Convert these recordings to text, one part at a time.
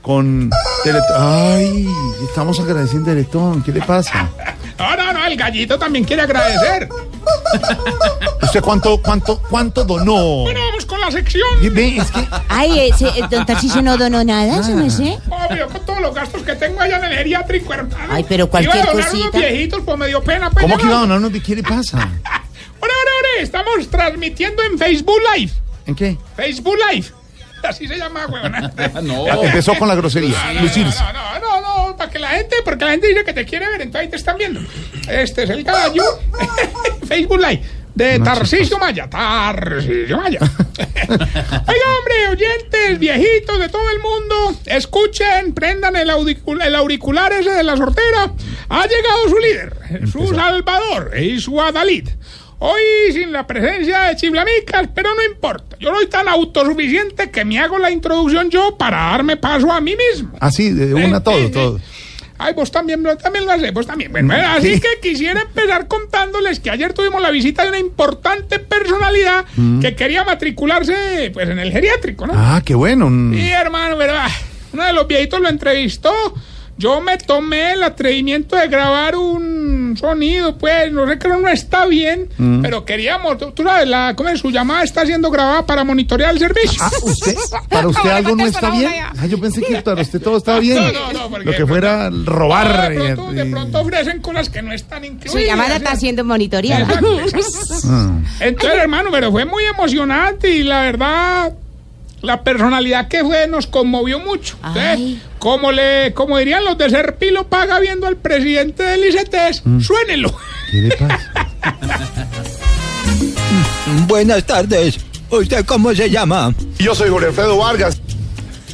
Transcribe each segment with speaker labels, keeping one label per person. Speaker 1: con Teletón. Ay, estamos agradeciendo a Teletón. ¿Qué le pasa?
Speaker 2: No, no, no, el gallito también quiere agradecer.
Speaker 1: ¿Usted cuánto, cuánto, cuánto donó?
Speaker 2: Bueno, vamos con la sección.
Speaker 1: Y ve, es que
Speaker 3: Ay, ese, eh, don Tarcisio no donó nada, yo no sé.
Speaker 2: Obvio, con todos los gastos que tengo allá en el geriátrico, hermano.
Speaker 3: Ay, pero cualquier
Speaker 2: Iba a donar unos
Speaker 3: cosita.
Speaker 2: viejitos, pues me dio pena. Pues
Speaker 1: ¿Cómo
Speaker 2: ya
Speaker 1: que iba a
Speaker 2: no.
Speaker 1: donarnos? ¿De qué le pasa?
Speaker 2: Ahora, ahora, ahora, estamos transmitiendo en Facebook Live.
Speaker 1: ¿En qué?
Speaker 2: Facebook Live. Así se llama, huevona. Ah, no.
Speaker 1: Empezó con la grosería. Lucirse.
Speaker 2: No, no, no, no, para que la gente, porque la gente dice que te quiere ver, entonces ahí te están viendo. Este es el caballo. Facebook Live. De Tarcisio Maya, Tarcisio Maya. Oiga, hombre, oyentes, viejitos de todo el mundo, escuchen, prendan el, audicul- el auricular ese de la sortera. Ha llegado su líder, su salvador y su adalid. Hoy sin la presencia de chiflamicas, pero no importa. Yo soy tan autosuficiente que me hago la introducción yo para darme paso a mí mismo.
Speaker 1: Así, de una,
Speaker 2: Eh,
Speaker 1: todo,
Speaker 2: eh,
Speaker 1: todo. Mm.
Speaker 2: Ay, vos también, vos también lo hacés, vos también. Bueno, eh, así que quisiera empezar contándoles que ayer tuvimos la visita de una importante personalidad que quería matricularse pues en el geriátrico, ¿no?
Speaker 1: Mm. Ah, qué bueno. un-
Speaker 2: Sí, hermano, ¿verdad? Uno de los viejitos lo entrevistó. Yo me tomé el atrevimiento de grabar un sonido, pues, no sé que no está bien,
Speaker 1: Mm.
Speaker 2: pero queríamos, tú tú sabes, la, ¿cómo es? su llamada está siendo grabada para monitorear el servicio.
Speaker 1: Ah, ¿usted? ¿Para usted
Speaker 2: Ahora
Speaker 1: algo no
Speaker 2: contesta
Speaker 1: está
Speaker 2: la
Speaker 1: bien?
Speaker 2: una ya.
Speaker 1: Ah, yo pensé que para usted todo estaba bien.
Speaker 2: No, no, no, porque
Speaker 1: Lo
Speaker 2: de
Speaker 1: que fuera robar.
Speaker 2: de, pronto, de
Speaker 1: eh,
Speaker 2: pronto ofrecen cosas que no están incluidas.
Speaker 3: Su llamada está
Speaker 2: ¿sí?
Speaker 3: siendo monitoreada.
Speaker 1: ah.
Speaker 2: Entonces, hermano, pero fue muy emocionante y la verdad, la personalidad que fue nos conmovió mucho. Entonces,
Speaker 3: Ay.
Speaker 2: como le, como dirían los de Serpilo Paga viendo al presidente del ICTS,
Speaker 1: Mm.
Speaker 2: suénelo.
Speaker 1: ¿Qué le pasa?
Speaker 4: Buenas tardes. ¿Usted cómo se llama?
Speaker 1: Yo soy Jorge Alfredo Vargas.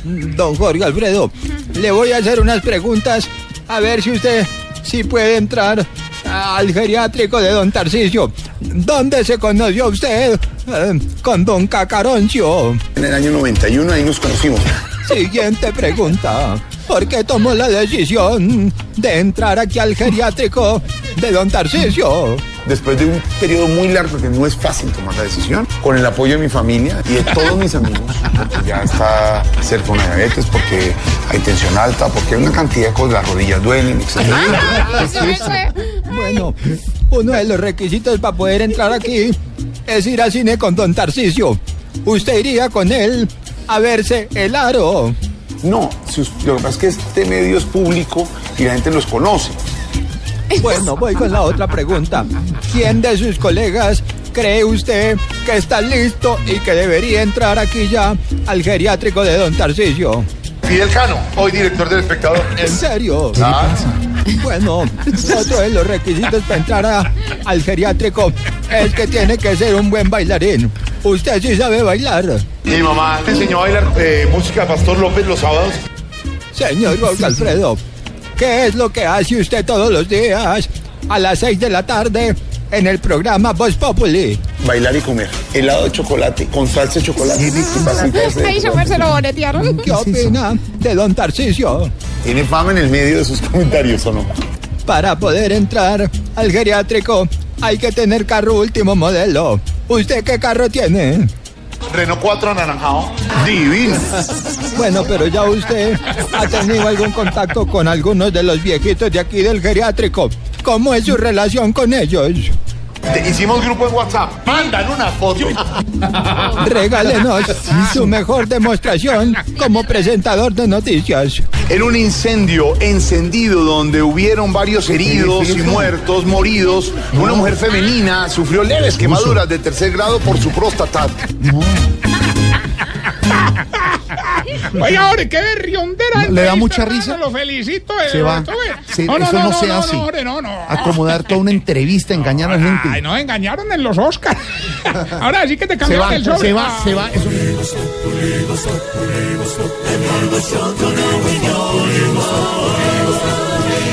Speaker 4: Don Jorge Alfredo. Le voy a hacer unas preguntas a ver si usted sí puede entrar al geriátrico de Don Tarcisio. ¿Dónde se conoció usted eh, con Don Cacaroncio?
Speaker 5: En el año 91 ahí nos conocimos.
Speaker 4: Siguiente pregunta. ¿Por qué tomó la decisión de entrar aquí al geriátrico de Don Tarcisio?
Speaker 5: Después de un periodo muy largo que no es fácil tomar la decisión, con el apoyo de mi familia y de todos mis amigos, porque ya está cerca una diabetes, porque hay tensión alta, porque hay una cantidad de cosas, las rodillas duelen, etc.
Speaker 4: Bueno, uno de los requisitos para poder entrar aquí es ir al cine con Don Tarcisio. Usted iría con él a verse el aro.
Speaker 5: No, si us- lo que pasa es que este medio es público y la gente los conoce.
Speaker 4: Bueno, voy con la otra pregunta. ¿Quién de sus colegas cree usted que está listo y que debería entrar aquí ya al geriátrico de Don Tarcisio?
Speaker 6: Fidel Cano, hoy director del espectador.
Speaker 4: ¿En serio? Bueno, otro de los requisitos para entrar a- al geriátrico es que tiene que ser un buen bailarín. Usted sí sabe bailar.
Speaker 6: Mi mamá me enseñó a bailar eh, música de Pastor López los sábados.
Speaker 4: Señor Jorge Alfredo, ¿qué es lo que hace usted todos los días a las 6 de la tarde en el programa Voz Populi?
Speaker 5: Bailar y comer. Helado de chocolate, con salsa de chocolate. y pasitas de-
Speaker 4: ¿Qué opina de don Tarcisio?
Speaker 5: Tiene fama en el medio de sus comentarios, ¿o no?
Speaker 4: Para poder entrar al geriátrico hay que tener carro último modelo. ¿Usted qué carro tiene?
Speaker 6: Renault 4 anaranjado. Divino.
Speaker 4: Bueno, pero ya usted ha tenido algún contacto con algunos de los viejitos de aquí del geriátrico. ¿Cómo es su relación con ellos?
Speaker 6: Te- hicimos grupo en WhatsApp. Mandan una foto.
Speaker 4: Regálenos su mejor demostración como presentador de noticias.
Speaker 6: En un incendio encendido donde hubieron varios heridos y muertos, moridos, una mujer femenina sufrió leves quemaduras de tercer grado por su próstata.
Speaker 2: Oiga, hombre, qué berriondera.
Speaker 1: ¿Le da
Speaker 2: entrevista,
Speaker 1: mucha
Speaker 2: hermano,
Speaker 1: risa?
Speaker 2: Lo felicito.
Speaker 1: Se
Speaker 2: Roberto,
Speaker 1: va.
Speaker 2: hombre.
Speaker 1: Se- eso no se hace. Ah,
Speaker 2: No, hombre, no, no.
Speaker 1: Acomodar toda una entrevista, engañar a la gente.
Speaker 2: Ay, no, engañaron en los Oscars. Ahora sí que te
Speaker 1: se
Speaker 2: cambiaron
Speaker 1: va,
Speaker 2: el sobre.
Speaker 1: se va, se va. Eso-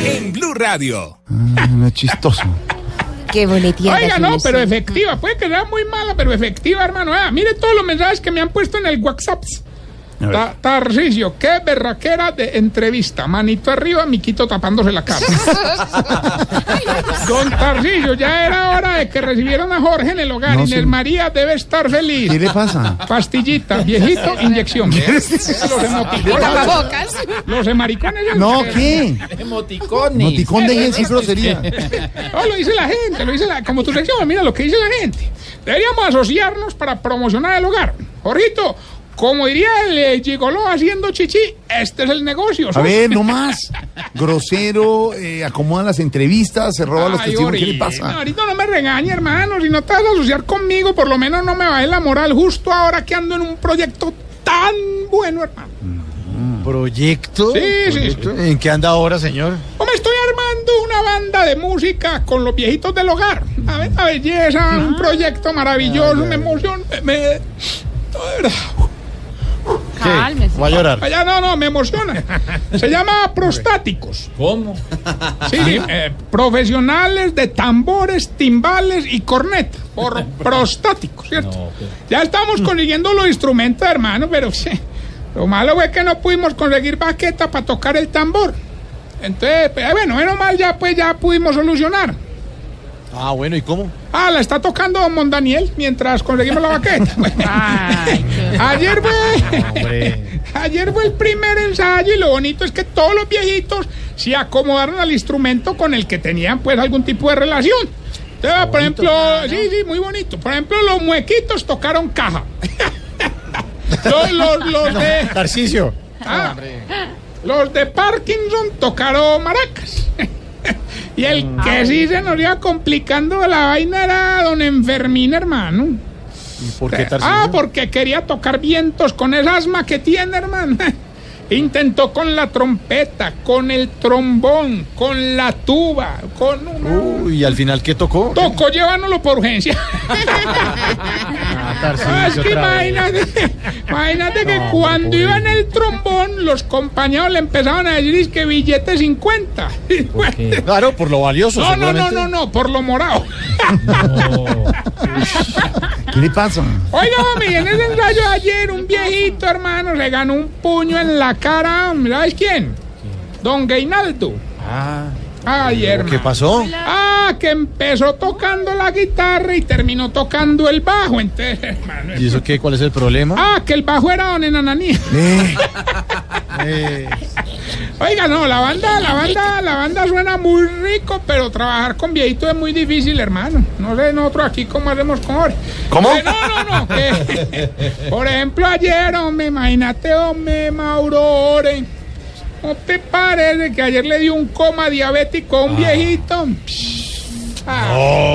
Speaker 7: En Blue Radio.
Speaker 1: Ah, no es chistoso.
Speaker 3: Qué boletía.
Speaker 2: Ah. Oiga, no, pero efectiva. Puede que sea muy mala, pero efectiva, hermano. Ah, mire todos los mensajes que me han puesto en el WhatsApp.
Speaker 1: A ver.
Speaker 2: Ta- Tarcisio, qué berraquera de entrevista. Manito arriba, Miquito tapándose la cara. Don Tarcisio, ya era hora de que recibieran a Jorge en el hogar.
Speaker 1: No,
Speaker 2: Inés
Speaker 1: sí.
Speaker 2: María debe estar feliz.
Speaker 1: ¿Qué le pasa?
Speaker 2: Pastillita, viejito, inyección. Los emoticones. Los emaricones. ya
Speaker 1: No,
Speaker 2: los que-
Speaker 1: ¿qué? Moticón de decir grosería.
Speaker 2: No, Oh, lo dice la gente, lo dice la, como tu sección, mira lo que dice la gente. Deberíamos asociarnos para promocionar el hogar. Jorrito, como diría el eh, gigoló haciendo chichi, este es el negocio.
Speaker 1: A ver, no más. Grosero, eh, acomoda las entrevistas, se roba los
Speaker 2: Ay,
Speaker 1: testigos. ¿Qué le
Speaker 2: Ori, no,
Speaker 1: pasa?
Speaker 2: ahorita no me regañe, hermano. Si no te vas a asociar conmigo, por lo menos no me bajes la moral justo ahora que ando en un proyecto tan bueno, hermano.
Speaker 8: Mm. ¿Proyecto?
Speaker 2: Sí, sí, sí.
Speaker 8: ¿En qué anda ahora, señor?
Speaker 2: Hombre, estoy armando una banda de música con los viejitos del hogar. A ver, una belleza,
Speaker 8: Ah.
Speaker 2: un proyecto maravilloso, una emoción. Me, me- no, de verdad.
Speaker 3: Pues
Speaker 8: Va a llorar.
Speaker 2: Allá no, no, me emociona. Se llama prostáticos. ¿Cómo? Sí, eh, profesionales de tambores, timbales y cornet. Por prostáticos, ¿cierto? Ya estamos consiguiendo los instrumentos, hermano, pero sí, lo malo es que no pudimos conseguir baqueta para tocar el tambor. Entonces, pues, bueno, menos mal ya pues ya pudimos solucionar.
Speaker 8: Ah, bueno, ¿y cómo?
Speaker 2: Ah, la está tocando don Mondaniel mientras conseguimos la baqueta. Ayer fue. Ayer fue el primer ensayo y lo bonito es que todos los viejitos se acomodaron al instrumento con el que tenían pues algún tipo de relación. Entonces, por ejemplo, sí, sí, muy bonito. Por ejemplo, los muequitos tocaron caja. los, los, los de.
Speaker 8: Tarcicio.
Speaker 2: Ah, los de Parkinson tocaron maracas. y el
Speaker 8: Mm.
Speaker 2: que sí se nos iba complicando la vaina era don Enfermín, hermano.
Speaker 8: ¿Y por qué Tarcicio?
Speaker 2: Ah, porque quería tocar vientos con el asma que tiene, hermano. Intentó con la trompeta, con el trombón, con la tuba, con una-
Speaker 8: Uy, al final, ¿qué tocó?
Speaker 2: Tocó llevándolo por urgencia.
Speaker 8: Ah,
Speaker 2: Ah, es
Speaker 8: Tarcicio,
Speaker 2: que
Speaker 8: otra vez.
Speaker 2: imagínate, imagínate que
Speaker 8: No, hombre,
Speaker 2: cuando
Speaker 8: pobre.
Speaker 2: iba en el trombón, los compañeros le empezaban a decir "Es que billete 50.
Speaker 8: Claro, por lo valioso,
Speaker 2: No, no, no,
Speaker 8: seguramente.
Speaker 2: no, no, por lo morado.
Speaker 1: ¿Qué le pasa?
Speaker 2: Oiga, mami, en ese ensayo de ayer, un viejito hermano se ganó un puño en la cara. ¿Sabes quién? Don Gainaldo.
Speaker 8: Ah,
Speaker 2: Ay, hermano.
Speaker 8: ¿qué pasó?
Speaker 2: Ah, que empezó tocando la guitarra y terminó tocando el bajo. Entonces, hermano.
Speaker 8: ¿Y eso qué? ¿Cuál es el problema?
Speaker 2: Ah, que el bajo era don Enananía.
Speaker 1: Eh,
Speaker 8: Eh,
Speaker 2: Oiga, no, la banda, la banda, la banda suena muy rico, pero trabajar con viejitos es muy difícil, hermano. No sé nosotros aquí cómo hacemos con Jorge.
Speaker 8: ¿Cómo?
Speaker 2: Que no, no, no. que- por ejemplo, ayer, hombre, imagínate, hombre, Mauro Oren. ¿No te parece que ayer le dio un coma diabético a un viejito? Ah,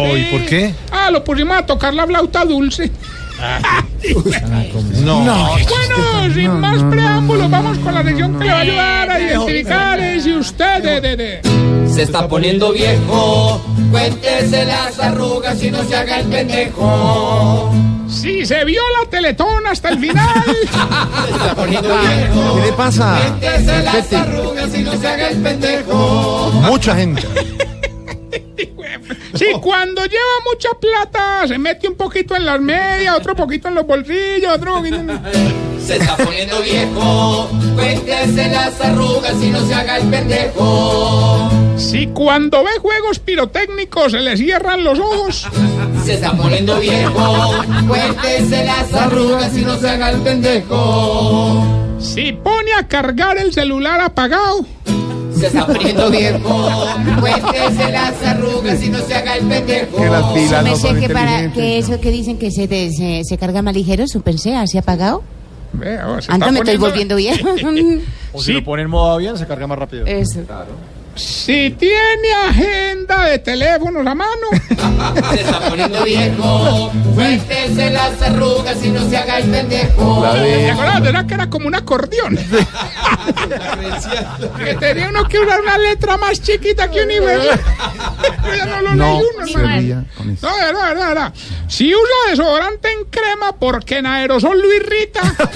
Speaker 8: No, ¿y por qué?
Speaker 2: Ah, lo pusimos a tocar la flauta dulce.
Speaker 8: no.
Speaker 2: Bueno, sin más preámbulos, vamos con la sección que le va a ayudar a identificar eh, si usted de, de, de-
Speaker 9: Se está poniendo viejo, cuéntese las arrugas y no se haga el pendejo.
Speaker 2: si se vio la teletón hasta el final.
Speaker 9: Se está poniendo viejo,
Speaker 1: ¿Qué le pasa?
Speaker 9: cuéntese las arrugas y no se haga el pendejo.
Speaker 1: Mucha gente.
Speaker 2: si cuando lleva mucha plata se mete un poquito en las medias, otro poquito en los bolsillos, otro poquito en...
Speaker 9: Se está poniendo viejo, cuéntese las arrugas y no se haga el pendejo.
Speaker 2: Si cuando ve juegos pirotécnicos se le cierran los ojos.
Speaker 9: Se está poniendo viejo, cuéntese las arrugas y no se haga el pendejo.
Speaker 2: Si pone a cargar el celular apagado.
Speaker 9: Se está poniendo viejo, cuéntese las arrugas y no se haga el pendejo.
Speaker 1: Que las pilas
Speaker 3: Me
Speaker 1: no
Speaker 3: sé
Speaker 1: son
Speaker 3: que para
Speaker 1: inteligentes.
Speaker 3: que eso que dicen que se, te- se, se carga más ligero, su pensé, así apagado.
Speaker 2: Vea, oh, se está
Speaker 3: Antes Ah, me estoy
Speaker 2: poniendo-
Speaker 3: volviendo viejo.
Speaker 8: O si lo pone en modo avión, se carga más rápido.
Speaker 3: eso.
Speaker 2: Si tiene agenda de teléfonos a mano.
Speaker 9: Se está poniendo viejo. Cuéntese las arrugas y no se haga el pendejo.
Speaker 2: ¿Te acuerdas? Era que era como un acordeón. que tenía uno que usar una letra más chiquita que un nivel. ya no lo
Speaker 1: No
Speaker 2: leí uno,
Speaker 1: se
Speaker 2: hermano.
Speaker 1: ría con eso.
Speaker 2: No, era, era, era. Si usa desodorante en crema porque en aerosol lo irrita.
Speaker 9: Se está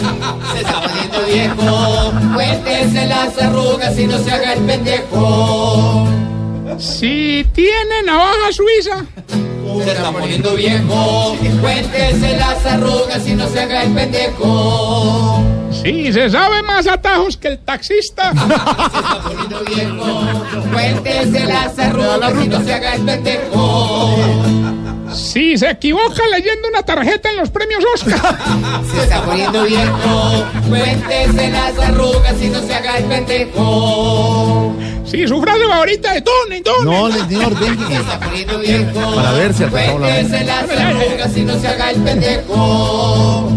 Speaker 9: poniendo viejo. Cuéntese las arrugas y no se haga el pendejo.
Speaker 2: si tiene navaja suiza.
Speaker 9: Se está poniendo viejo. Cuéntese las arrugas y no se haga el pendejo.
Speaker 2: Si se sabe más atajos que el taxista.
Speaker 9: Se está poniendo viejo. Cuéntese las arrugas y no se haga el pendejo.
Speaker 2: si se equivoca leyendo una tarjeta en los premios Oscar.
Speaker 9: Se está poniendo viejo. Cuéntese las arrugas y no se haga el pendejo.
Speaker 2: si su frase favorita es tonen, tonen.
Speaker 1: No, le ni
Speaker 9: Se
Speaker 1: ordene.
Speaker 9: está poniendo viejo.
Speaker 1: Para ver si atajó la
Speaker 9: Cuéntese las arrugas y no se haga el pendejo.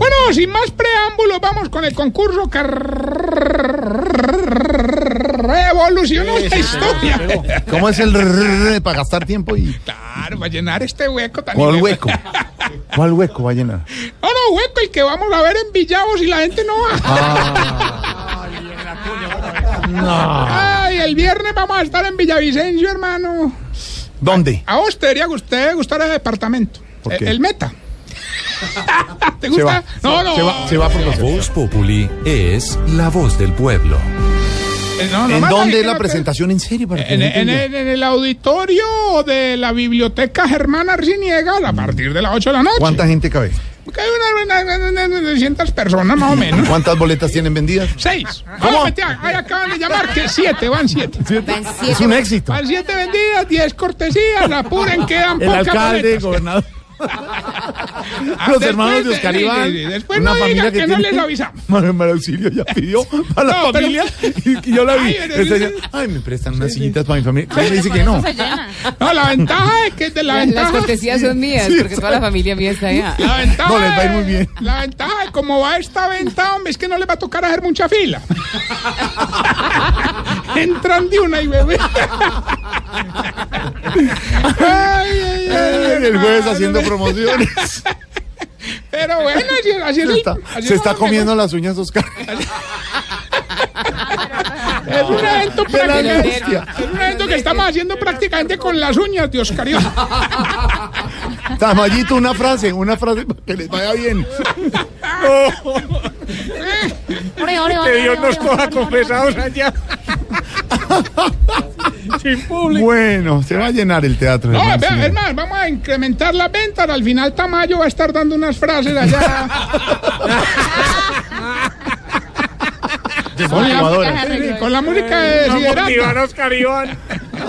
Speaker 2: Bueno, sin más preámbulos, vamos con el concurso que revolucionó esta historia.
Speaker 1: ¿Cómo es el rrrr para gastar tiempo y
Speaker 2: Claro, va a llenar este hueco tan
Speaker 1: cuál
Speaker 2: inmenso.
Speaker 1: hueco? ¿Cuál hueco va a llenar?
Speaker 2: No, no, hueco el que vamos a ver en Villavos y la gente no va.
Speaker 1: Ah.
Speaker 2: Ay, el viernes vamos a estar en Villavicencio, hermano.
Speaker 6: ¿Dónde?
Speaker 2: A vos te debería gust- te debe gustar el departamento.
Speaker 1: ¿Por
Speaker 2: El-
Speaker 1: qué?
Speaker 2: El, meta. ¿Te gusta? no, no.
Speaker 1: Se va, se va por los
Speaker 7: Voz Populi es la voz del pueblo.
Speaker 2: Eh, no, no
Speaker 1: ¿En
Speaker 2: más
Speaker 1: dónde es la
Speaker 2: imagínate.
Speaker 1: presentación en serio? Para que
Speaker 2: En,
Speaker 1: la
Speaker 2: en-
Speaker 1: gente
Speaker 2: en- en el auditorio de la biblioteca Germán Arciniega a partir de las 8 de la noche.
Speaker 1: ¿Cuánta gente cabe?
Speaker 2: Porque hay una- una- una- una- 900 personas más o menos.
Speaker 1: ¿Cuántas boletas tienen vendidas?
Speaker 2: Seis. No, mentira, ahí acaban de llamar que siete, van siete.
Speaker 3: Van siete-
Speaker 1: Es un éxito.
Speaker 2: Van siete vendidas, diez cortesías, apuren, quedan
Speaker 8: El
Speaker 2: pocas
Speaker 8: alcalde,
Speaker 2: boletas.
Speaker 8: gobernador.
Speaker 2: Ah,
Speaker 8: los
Speaker 2: después
Speaker 8: hermanos de Oscar
Speaker 2: sí,
Speaker 8: Iván,
Speaker 2: sí, sí, Después
Speaker 1: una
Speaker 2: no
Speaker 1: familia
Speaker 2: digan
Speaker 1: que
Speaker 2: que, no
Speaker 1: tiene-
Speaker 2: les avisamos.
Speaker 1: Manuel María Auxilio ya pidió a la
Speaker 2: No, pero-
Speaker 1: familia y, y yo la vi.
Speaker 2: Ay,
Speaker 1: Ay,
Speaker 2: pero-
Speaker 1: me prestan unas sillitas para mi familia. Claro, le dice que no.
Speaker 2: No, la ventaja es que de la
Speaker 10: Las
Speaker 2: ventaja.
Speaker 10: cortesías son mías, porque toda la familia mía está allá.
Speaker 2: La ventaja.
Speaker 1: No, les va a ir muy
Speaker 2: es-
Speaker 1: bien.
Speaker 2: La ventaja es como va esta venta, hombre, es que no les va a tocar hacer mucha fila. Entran de una y bebé. Ay, ay, ay,
Speaker 1: Ay, Eh, el jueves
Speaker 2: hermano.
Speaker 1: haciendo promociones.
Speaker 2: Pero bueno, así, así es.
Speaker 1: Se
Speaker 2: el-
Speaker 1: está,
Speaker 2: así
Speaker 1: se
Speaker 2: es
Speaker 1: está
Speaker 2: lo que-
Speaker 1: comiendo las uñas Oscar.
Speaker 2: Es un evento
Speaker 1: De la
Speaker 2: práctico-
Speaker 1: bestia.
Speaker 2: Es un evento que estamos haciendo prácticamente con las uñas de Oscar Iván.
Speaker 1: Tamayito, una frase, una frase para que les vaya bien.
Speaker 3: Ore, ore, ore, ore, ore, ore, ore, ore,
Speaker 2: allá.
Speaker 1: Bueno, se va a llenar el teatro.
Speaker 2: No,
Speaker 1: hermano,
Speaker 2: vea,
Speaker 1: sí.
Speaker 2: es más, vamos a incrementar las ventas. Al final Tamayo va a estar dando unas frases allá. con, la,
Speaker 1: Desmotivadoras.
Speaker 2: sí, con la música de Siderata.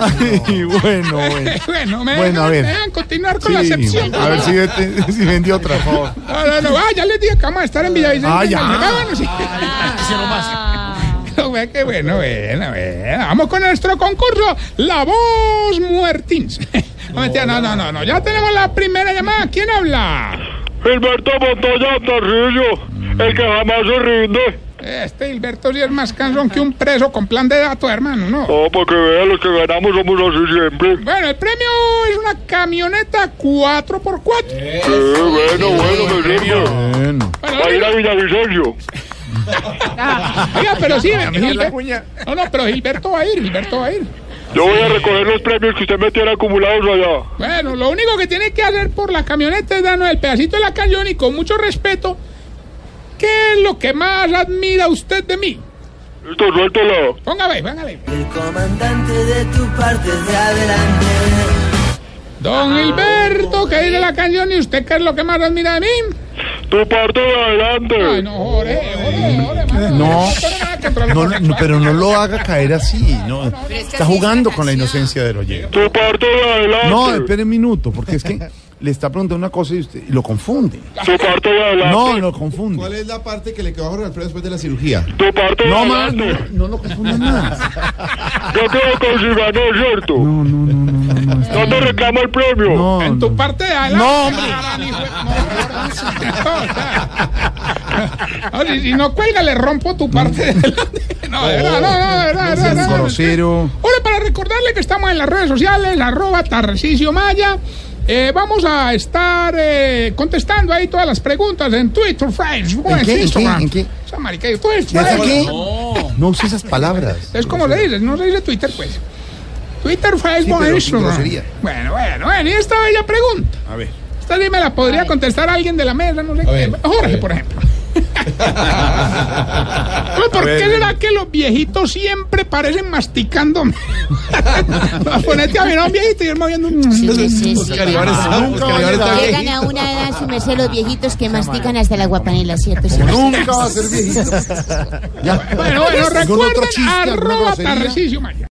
Speaker 1: Ay, bueno, bueno.
Speaker 2: Bueno, me
Speaker 1: Bueno, a
Speaker 2: dejan,
Speaker 1: ver.
Speaker 2: me dejan continuar con la
Speaker 1: Sí,
Speaker 2: sección.
Speaker 1: a ver si, vete- si vendí otra.
Speaker 2: No, no, no, ah, ya les dije que vamos a estar en Villavicencio.
Speaker 1: Ah, ya.
Speaker 2: Ah, bueno, sí. No, vea que bueno, bueno, bueno. Vamos con nuestro concurso, La Voz Muertins. No, mentira, no, no, no, no. Ya tenemos la primera llamada. ¿Quién habla?
Speaker 11: Gilberto Montoya Tarrillo, el que jamás se rinde.
Speaker 2: Este Gilberto sí es más cansón que un preso con plan de dato, hermano, ¿no?
Speaker 11: No, para que vean, los que ganamos somos así siempre.
Speaker 2: Bueno, el premio es una camioneta 4x4.
Speaker 11: Eh, bueno, bueno, me sirve.
Speaker 1: Bueno.
Speaker 2: Bueno,
Speaker 11: Va a ir a Villavicencio.
Speaker 2: oiga, pero sí, Gilberto. No, no, pero Gilberto va a ir, Gilberto va a ir.
Speaker 11: Yo voy a recoger los premios que usted me tiene acumulados allá.
Speaker 2: Bueno, lo único que tiene que hacer por la camioneta es darnos el pedacito de la cañón y con mucho respeto, ¿qué es lo que más admira usted de mí?
Speaker 11: Listo, suéltala.
Speaker 2: Póngale, póngale.
Speaker 9: El comandante de tu parte de adelante.
Speaker 2: Don Gilberto, que dice la canción y usted qué es lo que más admira de mí.
Speaker 11: Tu parte de
Speaker 2: Ay,
Speaker 11: adelante.
Speaker 2: no, jore, jore, jore, mano.
Speaker 1: No.
Speaker 2: Esto no es nada contra
Speaker 1: No, no,
Speaker 2: los
Speaker 1: no,
Speaker 2: homosexuales.
Speaker 1: pero no lo haga caer así. No. Está jugando con la inocencia del oyente.
Speaker 11: Tu parte de adelante.
Speaker 1: No, espere un minuto, porque es que le está preguntando una cosa y usted y lo confunde.
Speaker 11: Tu parte de adelante.
Speaker 1: No, lo confunde.
Speaker 8: es la parte que le quedó a Jorge Alfredo después de la cirugía?
Speaker 11: Tu parte de
Speaker 1: No más,
Speaker 11: adelante.
Speaker 1: no, no lo confunda más.
Speaker 11: Yo creo que si ganó, ¿cierto? No, no, no, no. No, te reclama el premio.
Speaker 1: No,
Speaker 2: En
Speaker 1: no.
Speaker 2: tu parte de adelante.
Speaker 1: No, hombre.
Speaker 2: Ah, ni jue- no, no, Ah, no, no, no, no, no, si- si no cuelga, le rompo tu parte de adelante. No, de verdad, no, no, de verdad, claro, claro.
Speaker 1: Oh, grosero.
Speaker 2: Ahora, para recordarle que estamos en las redes sociales, arroba Tarcisio Maya. eh, vamos a estar eh, contestando ahí todas las preguntas en Twitter, Facebook,
Speaker 1: ¿En qué? ¿En qué?
Speaker 2: Instagram.
Speaker 1: ¿En qué?
Speaker 2: Esa marica, yo, Twitter,
Speaker 1: ¿Ya está
Speaker 2: Facebook.
Speaker 1: aquí? No usa esas palabras.
Speaker 2: Es como le dices, no se dice Twitter, pues. Twitter, Facebook,
Speaker 1: pero sin
Speaker 2: Instagram.
Speaker 1: grosería.
Speaker 2: Bueno, bueno, bueno, y esta bella pregunta.
Speaker 1: A ver.
Speaker 2: Esta sí me la podría contestar alguien de la mesa, no sé.
Speaker 1: ver,
Speaker 2: quién. Jorge, por ejemplo. Pues, ¿Por qué será que los viejitos siempre parecen masticándome? Ponete a mirar a un viejito y él moviendo un...
Speaker 3: Oscar Iván está- Nunca Oscar Iván está Llegan a una edad, su merced, los viejitos que mastican hasta la guapanela, ¿cierto? su merced?
Speaker 1: Nunca va a ser viejito. Ya.
Speaker 2: Bueno, bueno,
Speaker 1: Con otro
Speaker 2: recuerden,
Speaker 1: chiste, alguna
Speaker 2: arroba
Speaker 1: grosería.
Speaker 2: Tarcisio Maya.